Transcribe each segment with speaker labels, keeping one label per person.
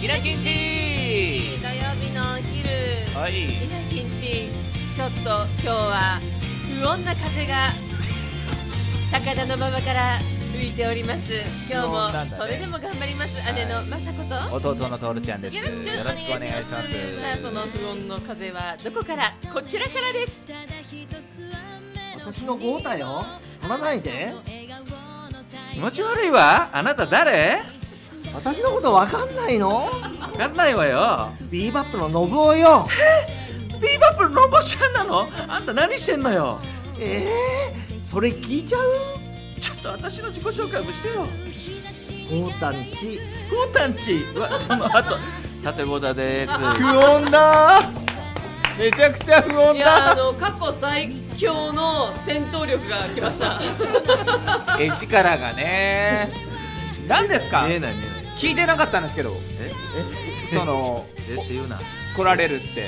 Speaker 1: キラキン
Speaker 2: 土
Speaker 1: チ
Speaker 2: 曜日のお昼、
Speaker 1: はい
Speaker 2: 稲城んち、ちょっと今日は不穏な風が高田の馬場から吹いております。今
Speaker 1: 不穏なん
Speaker 2: 日
Speaker 1: だ
Speaker 2: もそ
Speaker 1: ね
Speaker 2: れでも頑張ります、姉の雅子と。
Speaker 1: 弟のトールちゃんです
Speaker 2: よろしくお願いします。さあ、その不穏の風はどこから、こちらからです。
Speaker 3: 私の豪太よ取らないで
Speaker 1: 気持ち悪いわあなた誰
Speaker 3: 私のことわかんないの
Speaker 1: わかんないわよ
Speaker 3: ビーバップの信夫よ
Speaker 1: ビーバップロボシャンなのあんた何してんのよ
Speaker 3: えー、それ聞いちゃう
Speaker 1: ちょっと私の自己紹介もしてよ
Speaker 3: 豪太んち
Speaker 1: ゴータンチはその後タテゴータです
Speaker 3: 不穏だめちゃくちゃ不
Speaker 2: い
Speaker 3: 穏
Speaker 2: や、あの過去最強の戦闘力が来ま した。
Speaker 4: 絵力がね何ですか
Speaker 1: 見えない見えない
Speaker 4: 聞いてなかったんですけど
Speaker 1: え
Speaker 4: その
Speaker 1: ええって言うな
Speaker 4: 来られるって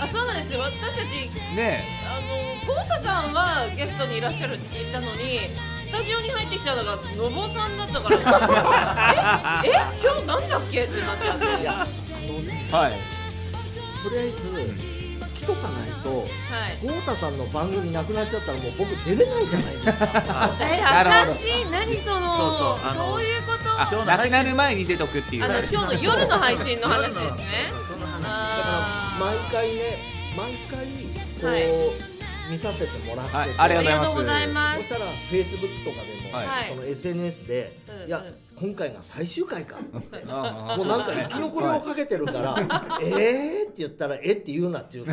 Speaker 2: あ、そうなんですよ。私たち
Speaker 4: ね
Speaker 2: あの豪太さんはゲストにいらっしゃるって言ったのにスタジオに入ってきたのがのぼさんだったからええ今日なんだっけってなっちゃって
Speaker 3: いや
Speaker 2: は
Speaker 3: あの ね
Speaker 4: はい
Speaker 3: とりあえず来とかないと
Speaker 2: い
Speaker 3: 豪太さんの番組なくなっちゃったらもう僕出れないじゃない ですか
Speaker 4: なる
Speaker 2: 優
Speaker 4: ほど
Speaker 2: しい何その
Speaker 1: そうそうあの
Speaker 2: そういうこと
Speaker 4: あ
Speaker 1: 今日の
Speaker 4: な
Speaker 1: 配
Speaker 4: く
Speaker 1: 信
Speaker 4: なる前に出とくっていう
Speaker 2: あの今日の夜の配信の話ですね
Speaker 1: その話
Speaker 3: だ
Speaker 2: あ
Speaker 3: から
Speaker 2: ー
Speaker 3: 毎回ね毎回こう、
Speaker 2: はい
Speaker 3: 見させてもらってて、
Speaker 4: はいあり
Speaker 2: あ
Speaker 4: が
Speaker 2: りがとうございま
Speaker 3: そ
Speaker 2: す
Speaker 3: したらフェイスブックとかでも、
Speaker 4: はい
Speaker 3: その SNS で、
Speaker 2: うん
Speaker 3: いや
Speaker 2: うん
Speaker 3: 今回が最終 回か、
Speaker 4: ああ
Speaker 3: もうなん
Speaker 4: そ
Speaker 3: か
Speaker 4: うだね
Speaker 3: 生き残りをかけてるから、 えーって言ったらえって言うなって言うか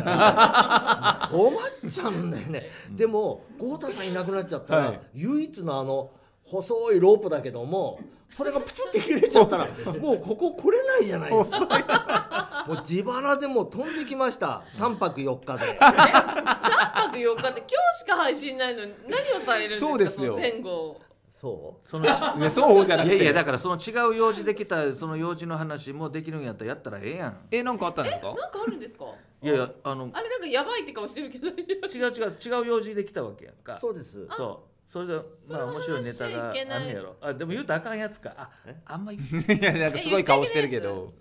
Speaker 3: ら困っちゃうんだよね、でも豪太さんいなくなっちゃったら、
Speaker 4: はい
Speaker 3: 唯一のあの細いロープだけどもそれがプツって切れちゃった らもうここ来れないじゃないですかもう自腹でもう飛んできました3泊4日で
Speaker 2: 3泊4日って今日しか配信ないのに何をされるんですか
Speaker 4: そうですよ
Speaker 2: の前後
Speaker 3: そ
Speaker 1: その
Speaker 4: いやそうじゃなく
Speaker 1: い
Speaker 4: て
Speaker 1: やいやだからその違う用事できたその用事の話もできるんやったらやったらええやん
Speaker 4: えなんかあったんですか
Speaker 2: なんかあるんですか
Speaker 1: いやいやあの
Speaker 2: あれなんかやばいって顔してるけど大丈夫
Speaker 1: 違う違う違う用事できたわけやん
Speaker 3: う
Speaker 1: か
Speaker 3: そうです
Speaker 1: そうそれでまあ面白いネタがあんねやろあでも言うとあかんやつかああんま言う
Speaker 4: いやなんかすごい顔してるけど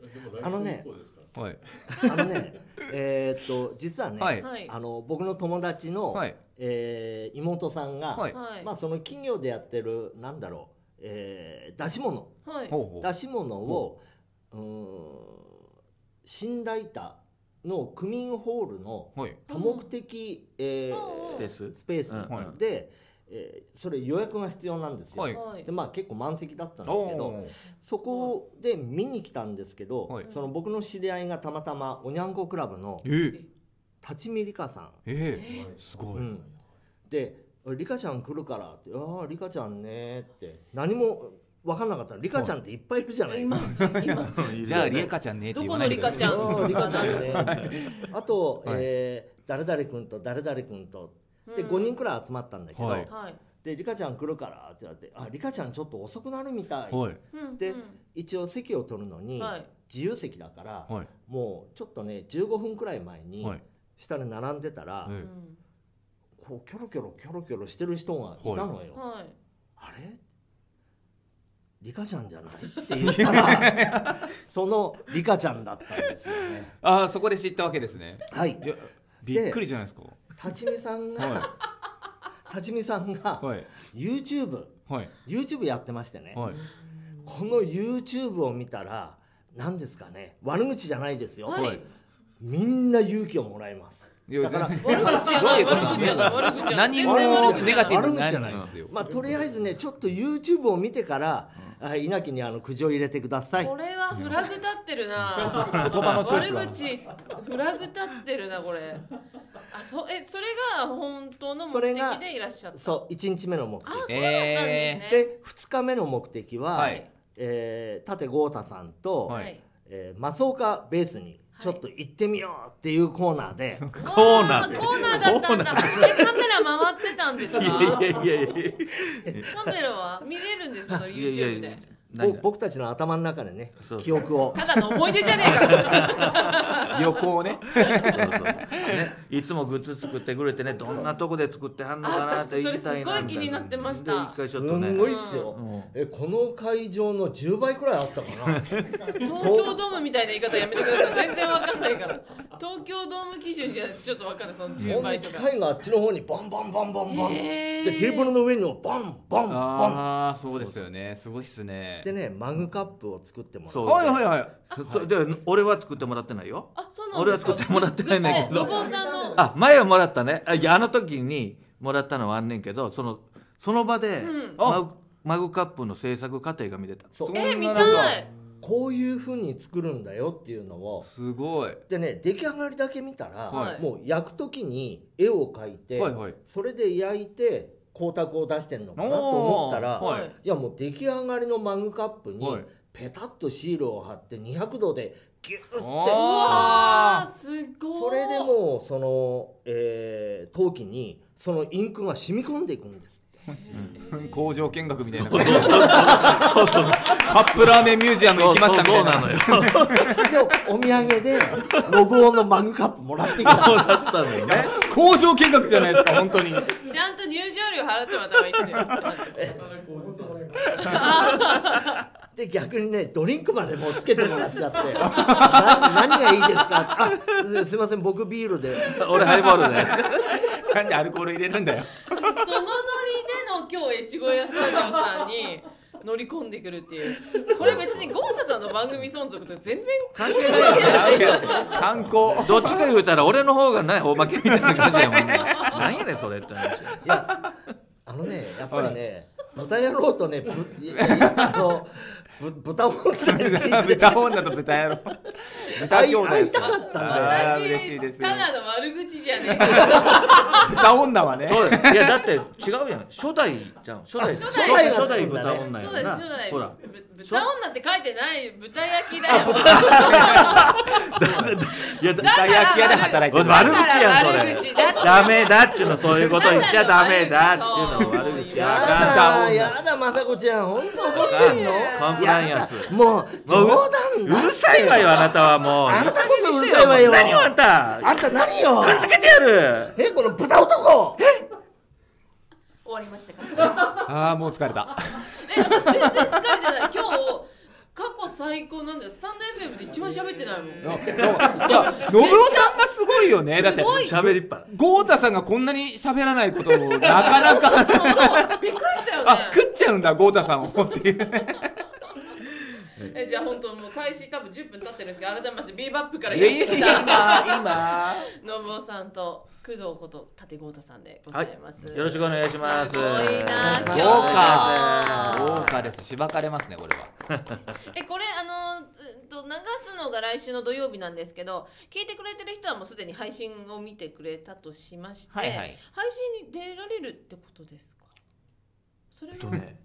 Speaker 3: あのね
Speaker 4: はい
Speaker 3: あのねえーっと実はね、
Speaker 4: はい
Speaker 2: はい
Speaker 3: あの僕の友達の、
Speaker 4: はい
Speaker 3: えー妹さんが、
Speaker 4: はい
Speaker 2: はい
Speaker 3: まあ、その企業でやってるなんだろう、えー出し物
Speaker 2: はい
Speaker 4: ほうほう
Speaker 3: 出し物をうーん新大田の区民ホールの
Speaker 4: はい
Speaker 3: 多目的、えー
Speaker 1: スペー ス
Speaker 3: スペースで、
Speaker 1: うんはい
Speaker 3: えーそれ予約が必要なんですよ。
Speaker 4: はい
Speaker 2: はい
Speaker 3: でまあ、結構満席だったんですけど
Speaker 4: おー
Speaker 3: そこで見に来たんですけど、
Speaker 4: はい
Speaker 3: その僕の知り合いがたまたまおにゃんこクラブの
Speaker 4: え
Speaker 3: 立見理香さん
Speaker 4: えーすご
Speaker 3: う
Speaker 4: い
Speaker 3: ん、で「リカちゃん来るから」って「ああリカちゃんね」って何も分かんなかったらリカちゃんっていっぱいいるじゃないで
Speaker 2: い
Speaker 3: すか
Speaker 2: ま。すいます
Speaker 4: じゃあリエカちゃんねって
Speaker 2: ど
Speaker 4: 言
Speaker 2: こ
Speaker 4: わな
Speaker 2: の
Speaker 4: い
Speaker 2: リ
Speaker 4: でくだ
Speaker 2: カ
Speaker 4: さい
Speaker 2: ちゃん
Speaker 3: ああリカちゃんねあと、
Speaker 4: はい
Speaker 3: えー誰々君と誰々君とで
Speaker 2: うん
Speaker 3: 5人くらい集まったんだけど、
Speaker 4: はい
Speaker 2: はい
Speaker 3: でリカちゃん来るからって言われて「あリカちゃんちょっと遅くなるみたい」
Speaker 4: はい
Speaker 2: うん
Speaker 3: で
Speaker 2: うん
Speaker 3: 一応席を取るのに、
Speaker 2: はい
Speaker 3: 自由席だから、
Speaker 4: はい
Speaker 3: もうちょっとね15分くらい前に
Speaker 4: はい
Speaker 3: 下に並んでたら、
Speaker 4: え
Speaker 2: うん
Speaker 3: こうキョロキョロキョロキョロしてる人がいたのよ。
Speaker 2: はい
Speaker 3: あれリカちゃんじゃないって言ったら そのリカちゃんだったんですよね。
Speaker 4: ああそこで知ったわけですね
Speaker 3: はい
Speaker 4: い、やびっくりじゃないですか
Speaker 3: 立見さんが、
Speaker 4: は
Speaker 3: 立見さんが
Speaker 4: いはい
Speaker 3: YouTube、
Speaker 4: はい
Speaker 3: YouTube やってましてね、
Speaker 4: はい
Speaker 3: この YouTube を見たら、何ですかね、悪口じゃないですよ、
Speaker 2: はい
Speaker 4: はい
Speaker 3: みんな勇気をもらいます。
Speaker 4: いや
Speaker 3: だから
Speaker 4: 全然
Speaker 2: 悪口じゃない悪口じゃない悪口じゃない
Speaker 4: 何
Speaker 2: 全
Speaker 4: も
Speaker 2: 然悪
Speaker 3: あ
Speaker 2: 口
Speaker 3: の
Speaker 2: じ
Speaker 4: ネガ
Speaker 2: ゃない
Speaker 4: ティブ
Speaker 3: 悪口じゃないですよ。まあとりあえずね、ちょっと YouTube を見てから、あ稲城にあの苦情入れてください
Speaker 2: こ。れはフラグ立ってるな
Speaker 4: 言葉のチョイスが
Speaker 2: 悪口フラグ立ってるなこれあそえそれが本当の目
Speaker 3: それが
Speaker 2: 的でいらっしゃった
Speaker 3: そう、1日目の目的
Speaker 2: あ。そうだったんですね
Speaker 3: で2日目の目的は、
Speaker 4: はい
Speaker 3: えー舘豪太さんと、
Speaker 4: はい
Speaker 3: えー松岡ベースにちょっと行ってみようっていうコーナーで、
Speaker 1: コーナー
Speaker 2: わコーナーだったんだえカメラ回ってたんですか
Speaker 1: いやいやいやいや
Speaker 2: カメラは見れるんですか
Speaker 1: いやいや
Speaker 2: YouTube
Speaker 1: いや
Speaker 2: で
Speaker 1: 何
Speaker 3: ぼ僕たちの頭の中でね
Speaker 1: そうそう
Speaker 3: 記憶を
Speaker 2: ただの思い出じゃねえか
Speaker 4: 旅行ね。
Speaker 1: そうそうね、いつもグッズ作ってくれてねどんなとこで作ってはんのかなって言いたいな
Speaker 2: あ確かにそれすごい気になってました
Speaker 1: で一回ち
Speaker 3: す
Speaker 1: ょっとね
Speaker 3: んごいっすよ、
Speaker 1: うん
Speaker 3: えこの会場の10倍くらいあったか な
Speaker 2: 東京ドームみたいな言い方やめてください全然わかんないから東京ドーム基準じゃちょっとわかんないその
Speaker 3: ほ
Speaker 2: 10
Speaker 3: んで
Speaker 2: 倍
Speaker 3: 機
Speaker 2: とか
Speaker 3: 械があっちの方にバンバンバンバンバン、
Speaker 2: へー
Speaker 3: でテーブルの上にもバンバンバン
Speaker 4: ああ、そうですよね。すごいっすね。
Speaker 3: でねマグカップを作ってもら
Speaker 1: そうう
Speaker 4: はいはいはい。
Speaker 1: そそで俺は作ってもらってないよ
Speaker 2: あそうなん
Speaker 1: 俺
Speaker 2: で
Speaker 1: は
Speaker 2: す
Speaker 1: 作って
Speaker 2: か
Speaker 1: もらってないんだけ
Speaker 2: ロ
Speaker 1: ど
Speaker 2: ボさんの
Speaker 1: あ前はもらったねあいやあの時にもらったのはあんねんけどそのその場で、
Speaker 2: うん
Speaker 1: マグマグカップの制作過程が見れた
Speaker 3: そう
Speaker 4: そんな
Speaker 2: え見
Speaker 4: なんか
Speaker 2: たい
Speaker 3: こういうふうに作るんだよっていうのを
Speaker 4: すごい。
Speaker 3: でね出来上がりだけ見たら、
Speaker 4: はい
Speaker 3: もう焼く時に絵を描いて、
Speaker 4: はいはい
Speaker 3: それで焼いて光沢を出してんのかなと思ったら、
Speaker 4: おーはい
Speaker 2: はい
Speaker 3: いやもう出来上がりのマグカップに
Speaker 4: はい
Speaker 3: ペタッとシールを貼って200度でギュッて
Speaker 2: うわーすごい
Speaker 3: それでもうその、えー陶器にそのインクが染み込んでいくんですって
Speaker 4: 工場見学みたいな。カップラーメンミュージアム行きましたみたいな。
Speaker 1: そうそうそうなのよ
Speaker 3: でお土産でロゴのマグカップもらってきた
Speaker 1: もらったのよね
Speaker 4: 工場見学じゃないですか、本当に。
Speaker 2: ちゃんと入場料払ってもらった方がいいっすよ
Speaker 3: で逆にねドリンクまでもうつけてもらっちゃってな何がいいですかあすすいません僕ビールで
Speaker 1: 俺ハイボールで
Speaker 4: なんでアルコール入れるんだよ。
Speaker 2: そのノリでの今日越後屋スタジオさんに乗り込んでくるっていうこれ別に豪太さんの番組存続と全然関係ない
Speaker 4: 観光。
Speaker 1: どっちか言うたら俺の方がないおまけみたいな感じやもん ねなんやねんそれって話
Speaker 3: いやあのねやっぱりね豚野郎とねぶいやあのぶ豚野郎って
Speaker 4: 豚女と豚野郎。豚兄弟です
Speaker 3: 会い会いたかったんだよ
Speaker 4: あー
Speaker 2: 私
Speaker 4: 嬉しいですよ
Speaker 2: た。だの悪口じゃねえか
Speaker 4: 豚女はね。
Speaker 1: そうだよいやだって違うやん初代じゃん初代
Speaker 3: あ
Speaker 2: 初代
Speaker 1: 初代豚
Speaker 2: そ
Speaker 1: 女や
Speaker 2: うんだよ
Speaker 1: な
Speaker 2: 初代
Speaker 1: ほら
Speaker 2: ぶ豚女って書いてない豚焼きだよ
Speaker 1: いやだ
Speaker 4: 豚焼き屋で働いてる。
Speaker 1: 悪口やんそれ
Speaker 2: 悪口だって
Speaker 1: ダメだっちゅうのそういうこと言っちゃダメだっちゅうの
Speaker 2: そう
Speaker 1: 悪口
Speaker 3: や
Speaker 1: や
Speaker 3: だ
Speaker 1: かん
Speaker 3: やだ雅子ちゃん本当怒
Speaker 1: あか
Speaker 3: ってんの
Speaker 1: んコンプライアンス
Speaker 3: もう冗談だ
Speaker 1: う
Speaker 3: って
Speaker 1: るさいわよあなたはもう
Speaker 3: あなたこそう
Speaker 1: う
Speaker 3: る
Speaker 1: る
Speaker 3: さいわよ
Speaker 1: 何をあんた
Speaker 3: あんた何よ
Speaker 1: ぶつけてやる
Speaker 3: えこの豚男
Speaker 2: 終わりましたから
Speaker 4: ああ、もう疲れた。
Speaker 2: え私全然疲れてない今日過去最高なんだよスタンド FM で一番喋ってないもん
Speaker 4: ののいや信夫さんがすごいよね。だって。
Speaker 1: 喋りっぱ
Speaker 4: 豪太さんがこんなに喋らないことをなかなか
Speaker 2: びっくりしたよね
Speaker 4: あ食っちゃうんだ豪太さんをっていう
Speaker 2: えじゃあ本当もう開始多分10分経ってるんですけど改めましてビーバップから
Speaker 4: い
Speaker 2: や
Speaker 4: や
Speaker 2: って
Speaker 4: いや
Speaker 2: き
Speaker 4: い
Speaker 2: た
Speaker 4: や今
Speaker 2: のぶおさんと工藤こと立豪太さんでございます、
Speaker 1: よろしくお願いします
Speaker 2: すごいな
Speaker 4: 今
Speaker 2: 今
Speaker 1: お願
Speaker 2: 日
Speaker 1: いし
Speaker 4: 豪
Speaker 1: ま
Speaker 4: 華
Speaker 2: は
Speaker 4: 豪華ですしばかれますねこれは
Speaker 2: えこれあのうんと流すのが来週の土曜日なんですけど聞いてくれてる人はもうすでに配信を見てくれたとしまして、
Speaker 4: はいはい
Speaker 2: 配信に出られるってことですかそれ
Speaker 1: えっと
Speaker 2: は
Speaker 1: ね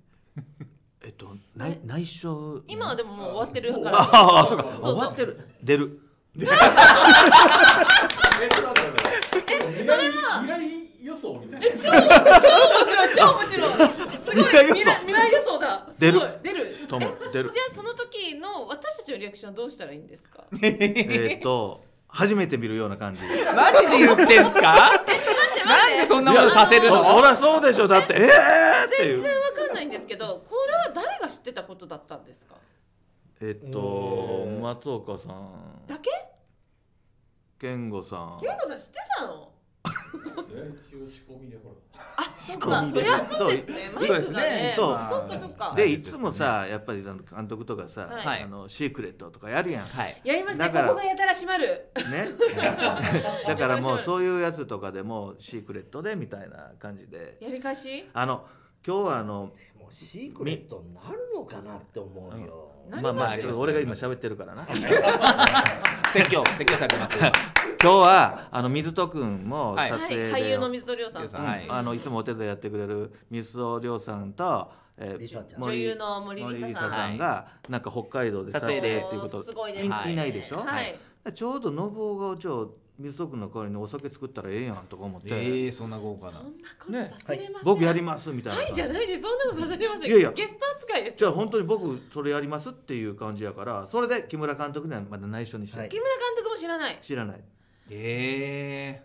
Speaker 1: えっと内内緒
Speaker 2: 今はでももう終わってるから
Speaker 1: ああそうか
Speaker 2: そうそう
Speaker 1: 終わってる出る
Speaker 5: 未来予想みたいな
Speaker 2: え超超面白い超面白いすごい未
Speaker 1: 未来予想
Speaker 2: 来未来予想だすごい
Speaker 1: 出る
Speaker 2: 出る
Speaker 1: とも出る
Speaker 2: じゃあその時の私たちのリアクションはどうしたらいいんですか待
Speaker 1: えっと初めて見るような感じ
Speaker 4: マジで言ってんすか
Speaker 2: って待
Speaker 4: なん
Speaker 2: っ
Speaker 4: で
Speaker 2: て
Speaker 4: そんなことさせる
Speaker 1: そ
Speaker 4: の
Speaker 1: そりゃそうでしょだってええーってい
Speaker 2: 全然
Speaker 1: う
Speaker 2: わかんないんですけどこれは誰が知ってたことだったんですか
Speaker 1: えっと松岡さん
Speaker 2: だけ
Speaker 1: 健吾さん
Speaker 2: 健吾さん知ってたの
Speaker 5: 一応仕込みでほら
Speaker 2: あそっか
Speaker 1: み
Speaker 2: そ
Speaker 1: で
Speaker 2: りゃそうですねマイ
Speaker 4: そうで
Speaker 2: ク
Speaker 4: す
Speaker 2: がね
Speaker 4: ね
Speaker 2: そ
Speaker 1: そうう
Speaker 2: っかそっか
Speaker 4: はい
Speaker 1: でいつもさやっぱりあの監督とかさ
Speaker 2: はい
Speaker 1: あのシークレットとか やるやん
Speaker 4: はい
Speaker 2: やりますね
Speaker 1: だ
Speaker 2: こ
Speaker 1: から
Speaker 2: こがやたら閉まる
Speaker 1: ねだからもうそういうやつとかでもシークレットでみたいな感じで
Speaker 2: やり返し
Speaker 1: あの今日はあの
Speaker 3: もうシークレットになるのかなって思うよ
Speaker 2: 何
Speaker 1: まあま
Speaker 4: あ
Speaker 1: あ
Speaker 4: りますよ
Speaker 1: 俺が今喋ってるからな今
Speaker 4: 説教説教されてます
Speaker 1: 日はあの水戸くんも
Speaker 4: はい
Speaker 1: 撮
Speaker 2: はい
Speaker 1: 影で、
Speaker 2: 俳優の水戸亮さん
Speaker 4: 亮さん
Speaker 1: うん
Speaker 4: はい
Speaker 1: あのいつもお手伝いやってくれる水戸亮さんと、え
Speaker 3: リサちゃん
Speaker 2: 女優の森
Speaker 1: 森
Speaker 2: 梨
Speaker 1: 梨
Speaker 2: 沙
Speaker 1: 沙
Speaker 2: さん
Speaker 1: さんが、なんか北海道で撮
Speaker 4: 撮
Speaker 1: 影
Speaker 4: 影
Speaker 1: っ
Speaker 4: でえ
Speaker 1: てい
Speaker 4: ー
Speaker 1: うこと
Speaker 2: すごいです
Speaker 1: い,、
Speaker 2: ね
Speaker 1: ないでしょ、
Speaker 2: はい
Speaker 1: ちょうど信夫がちょ水戸君の代わりにお酒作ったらええやんとか思って、
Speaker 4: ええそんな豪華
Speaker 2: そ
Speaker 4: なん
Speaker 2: なことさせれません、
Speaker 1: 僕やりますみたいな、
Speaker 2: はいじゃないですそんなことさせれません
Speaker 1: いやいや
Speaker 2: ゲスト扱いです
Speaker 1: じゃあ本当に僕それやりますっていう感じやからそれで木村監督にはまだ内緒にして、
Speaker 3: はい
Speaker 2: 木村監督も知らない
Speaker 1: 知らない
Speaker 4: え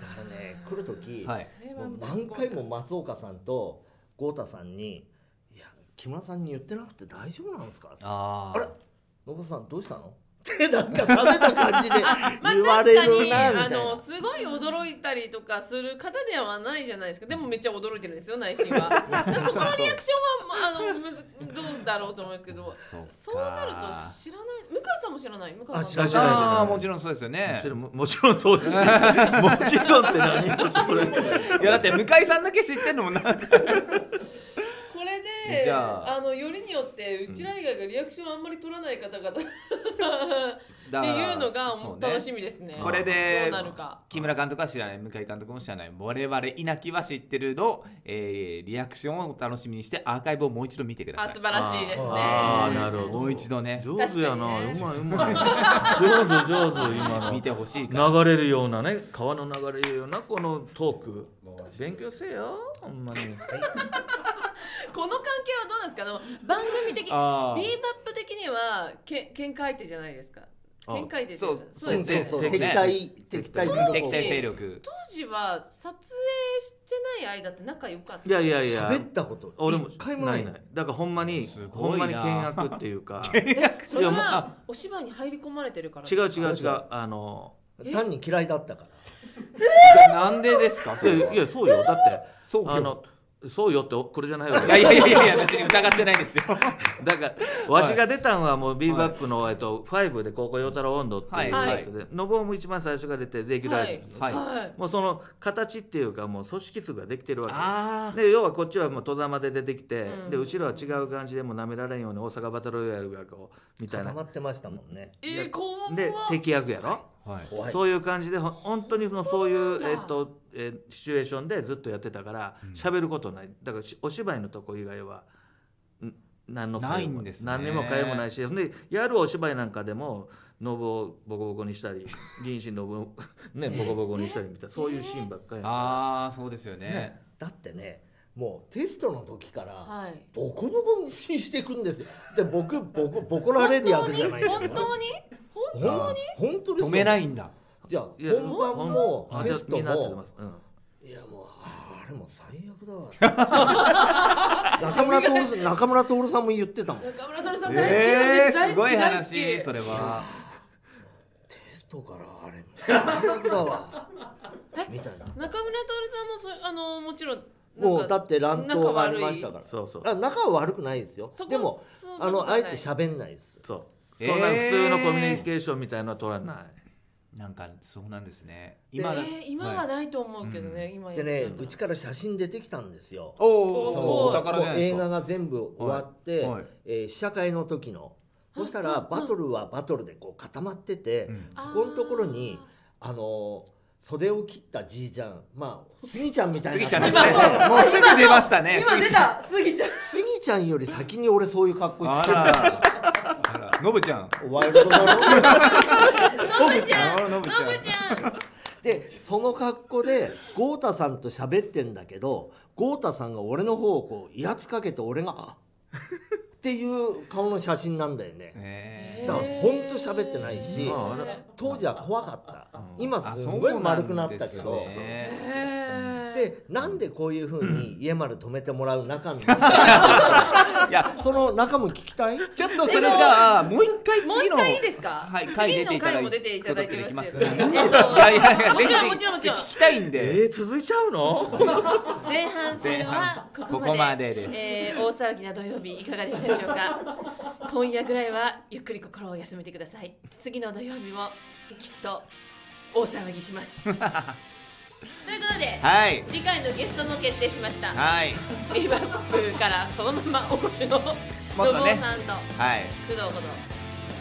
Speaker 3: だからね来る時、
Speaker 4: えはい
Speaker 2: それ
Speaker 3: も
Speaker 2: は
Speaker 3: う
Speaker 2: もう
Speaker 3: 何回も松岡さんと豪太さんに「いや木村さんに言ってなくて大丈夫なんですか?」
Speaker 4: あ
Speaker 3: あ
Speaker 4: あ
Speaker 3: れ信子さんどうしたの?」 ってなんか冷めた感じで言われるなみた
Speaker 2: あ
Speaker 3: いな、
Speaker 2: のすごい驚いたりとかする方ではないじゃないですかでもめっちゃ驚いてるんですよ内心はだからそこのリアクションはまああのむずどうだろうと思うんですけど
Speaker 4: そうか
Speaker 2: そうなると知らない向井さんも知らない向井さんも
Speaker 3: あ知らない
Speaker 1: 知らない
Speaker 4: ああもちろんそうですよね
Speaker 1: それももちろんそうですよもちろんって何よそれ
Speaker 4: いやだって向井さんだけ知ってんのもなんか
Speaker 2: これで
Speaker 4: じゃあ
Speaker 2: あのよりによってうちら以外がリアクションあんまり取らない方々っていうのが
Speaker 4: そうね
Speaker 2: 楽しみですね
Speaker 4: これで
Speaker 2: どうなるか
Speaker 4: 木村監督は知らない向井監督も知らない我々稲木は知ってるの、えーリアクションを楽しみにしてアーカイブをもう一度見てくだ
Speaker 2: あ
Speaker 4: さい
Speaker 2: 素晴らしいですね
Speaker 1: あーなるほど
Speaker 4: もう一度ね
Speaker 1: 上手やな、
Speaker 2: 確
Speaker 1: う
Speaker 2: か
Speaker 1: まいうまい上手上手今
Speaker 4: 見てほしいから
Speaker 1: の流れるようなね川の流れるようなこのトーク勉強せよほんまに
Speaker 2: この関係はどうなんですかあの番組的ビーバッ
Speaker 4: あー
Speaker 2: プ的にはけ喧嘩相手じゃないですか
Speaker 1: あ
Speaker 2: 喧嘩相手じゃ
Speaker 4: そ
Speaker 2: ないうで
Speaker 4: そ
Speaker 2: すか
Speaker 4: うそ
Speaker 2: そうです
Speaker 4: うそ
Speaker 2: ね
Speaker 4: う
Speaker 3: 敵対敵対する
Speaker 4: 敵対勢
Speaker 3: る
Speaker 4: 力
Speaker 2: 当時は撮影してない間って仲良かった
Speaker 1: いやいやいや
Speaker 3: 喋ったこと
Speaker 1: 俺も
Speaker 3: 一回もない
Speaker 1: ないだからほんまに
Speaker 4: すごいな
Speaker 1: ほんまに険悪っていうか
Speaker 2: それ
Speaker 1: いやもう
Speaker 2: は
Speaker 1: あ
Speaker 2: お芝居に入り込まれてるから
Speaker 1: 違う違う
Speaker 3: そう
Speaker 1: 違
Speaker 3: そうう
Speaker 1: あの
Speaker 3: 単に嫌いだったから
Speaker 4: なんでですかそ
Speaker 1: い
Speaker 4: れ
Speaker 1: や
Speaker 4: はい
Speaker 1: やそうよだって
Speaker 4: そう
Speaker 1: あのそうよってこれじゃないわ
Speaker 4: いやいやいやいや別に疑ってないですよ
Speaker 1: だからわしが出たんはもうビーバップの、えっと5で高校陽太郎温度っていうやつでのぼうも一番最初が出てレギュラー陣です、
Speaker 2: はい、
Speaker 4: はい
Speaker 2: はい
Speaker 1: もうその形っていうかもう組織図ができてるわ
Speaker 4: あ
Speaker 1: けで要はこっちはもう戸様で出てきて、
Speaker 2: うん
Speaker 1: で後ろは違う感じでもう舐められんように大阪バトルロイヤルがこうみたい
Speaker 3: 固ま
Speaker 1: な
Speaker 3: ってましたもんね
Speaker 2: えー、こんばん
Speaker 1: で
Speaker 2: は
Speaker 1: 敵役やろ、
Speaker 4: はい
Speaker 3: 怖い
Speaker 1: そういう感じでほん本当にそのそういう
Speaker 2: だ
Speaker 1: えっと、えーシチュエーションでずっとやってたから喋、ることないだからしお芝居のとこ以外はん何の会話も
Speaker 4: ないんですね
Speaker 1: 何にも会話もないしほんでやるお芝居なんかでもノブをボコボコにしたり銀心ノブを ねボコボコにしたりみたいなそういうシーンばっかりやから
Speaker 4: ああそうですよね
Speaker 3: だってねもうテストの時から
Speaker 2: はい
Speaker 3: ボコボコにしていくんですよで僕ボコボコられる役じゃないです
Speaker 2: 本
Speaker 3: か
Speaker 2: 当に本当に
Speaker 3: 本当に本当ですよ
Speaker 4: 止めないんだ
Speaker 3: じゃあ
Speaker 1: いや
Speaker 3: 本番も
Speaker 1: ほんあじ
Speaker 3: テ
Speaker 1: ゃあ
Speaker 3: スト
Speaker 1: みんな合って
Speaker 3: も
Speaker 1: ます、うん、
Speaker 3: いやもうああれも最悪だわ 中村徹さん中村徹さんも言ってたもんテ
Speaker 2: 中村徹さん大好きなん
Speaker 4: え
Speaker 2: で
Speaker 4: え
Speaker 2: す、大好
Speaker 4: す
Speaker 2: き
Speaker 4: ごい
Speaker 2: 大好き
Speaker 4: 話それは
Speaker 3: ストからあれも最悪だわみたいな
Speaker 2: 中村徹さんもそあのもちろん
Speaker 3: も
Speaker 2: なん
Speaker 3: うだ
Speaker 2: か
Speaker 3: って乱闘がありましたから
Speaker 1: そうそう
Speaker 3: あ仲は悪くないですよ
Speaker 2: そこ
Speaker 3: でも
Speaker 2: そう
Speaker 3: あのあえて
Speaker 2: ゃ
Speaker 3: 喋んないです
Speaker 1: そう
Speaker 4: えー
Speaker 1: そんな普通のコミュニケーションみたいなのは取らない、
Speaker 4: なんかそうなんですね
Speaker 2: 今,、
Speaker 4: だ
Speaker 2: えー、今はないと思うけどね、
Speaker 4: は
Speaker 2: 今や
Speaker 3: で
Speaker 2: ってる
Speaker 3: ね
Speaker 2: の
Speaker 3: うちから写真出てきたんですよ
Speaker 4: お
Speaker 2: お
Speaker 4: お
Speaker 2: ーす
Speaker 3: そ
Speaker 2: ごい
Speaker 3: の
Speaker 4: お宝じゃないです
Speaker 3: もう映画
Speaker 4: か
Speaker 3: が全部終わって、
Speaker 4: はいはい
Speaker 3: えー試写会の時のそしたらバトルはバトルでこう固まってて、
Speaker 4: うん
Speaker 3: そこのところにあのー袖を切ったじいちゃんま あスギちゃんみたい
Speaker 4: 杉
Speaker 3: な
Speaker 4: ちゃん ですねもうすぐ出ましたね
Speaker 2: 今出たスギちゃん
Speaker 3: スギちゃんより先に俺そういう格好してた
Speaker 4: あらノブちゃん
Speaker 3: ワイルドだろ
Speaker 2: ノブちゃん
Speaker 4: ノブちゃん
Speaker 2: ノブちゃん
Speaker 3: でその格好で豪太さんと喋ってんだけど豪太さんが俺の方をこう威圧かけて俺があ「っていう顔の写真なんだよね
Speaker 4: え
Speaker 3: だからほんと喋ってないし
Speaker 1: ああれ
Speaker 3: 当時は怖かった
Speaker 1: うん
Speaker 3: 今すごい丸くなったけど
Speaker 2: へー
Speaker 3: でなんでこういうふうに家丸止めてもらう中身
Speaker 4: いや
Speaker 3: その中も聞きたい
Speaker 4: ちょっとそれじゃあもう一回
Speaker 2: もう
Speaker 4: 次
Speaker 2: 一
Speaker 4: の
Speaker 2: 回いいですか、
Speaker 4: はい回
Speaker 2: 次
Speaker 4: 出て
Speaker 2: の
Speaker 4: いただ
Speaker 2: 回
Speaker 4: い
Speaker 2: も出ていただいて
Speaker 4: く
Speaker 2: よ
Speaker 4: ことでき
Speaker 2: ろ
Speaker 4: ま
Speaker 2: しい
Speaker 4: す
Speaker 2: ですか、
Speaker 4: い
Speaker 2: えっ
Speaker 4: やいやいや
Speaker 2: とも
Speaker 4: ぜ
Speaker 2: ちろんも
Speaker 4: ひ
Speaker 2: ちろんもちろん
Speaker 4: 聞きたいん
Speaker 1: え
Speaker 4: で
Speaker 1: ー、続いちゃうの
Speaker 2: 前半戦はここまで
Speaker 4: ここまでです
Speaker 2: えー大騒ぎな土曜日いかがでしたでしょうか今夜ぐらいはゆっくり心を休めてください次の土曜日もきっと大騒ぎ しますということで、
Speaker 4: はい
Speaker 2: 次回のゲストも決定しました
Speaker 4: はい
Speaker 2: ビバップからそのままお越しのドボ
Speaker 4: またね
Speaker 2: ーさんと
Speaker 4: はい
Speaker 2: 工藤こと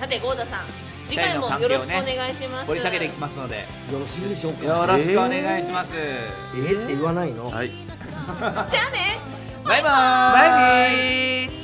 Speaker 2: さてゴーダさん次回も
Speaker 4: 二人の関係
Speaker 2: よ
Speaker 4: をね
Speaker 2: ろしくお願いします、
Speaker 4: 掘り下げていきますので
Speaker 3: よろしいでしょうか
Speaker 4: よろしくお願いします
Speaker 3: えーえーって言わないの
Speaker 1: はい
Speaker 2: じゃあね
Speaker 4: バイバーイ
Speaker 1: バイビー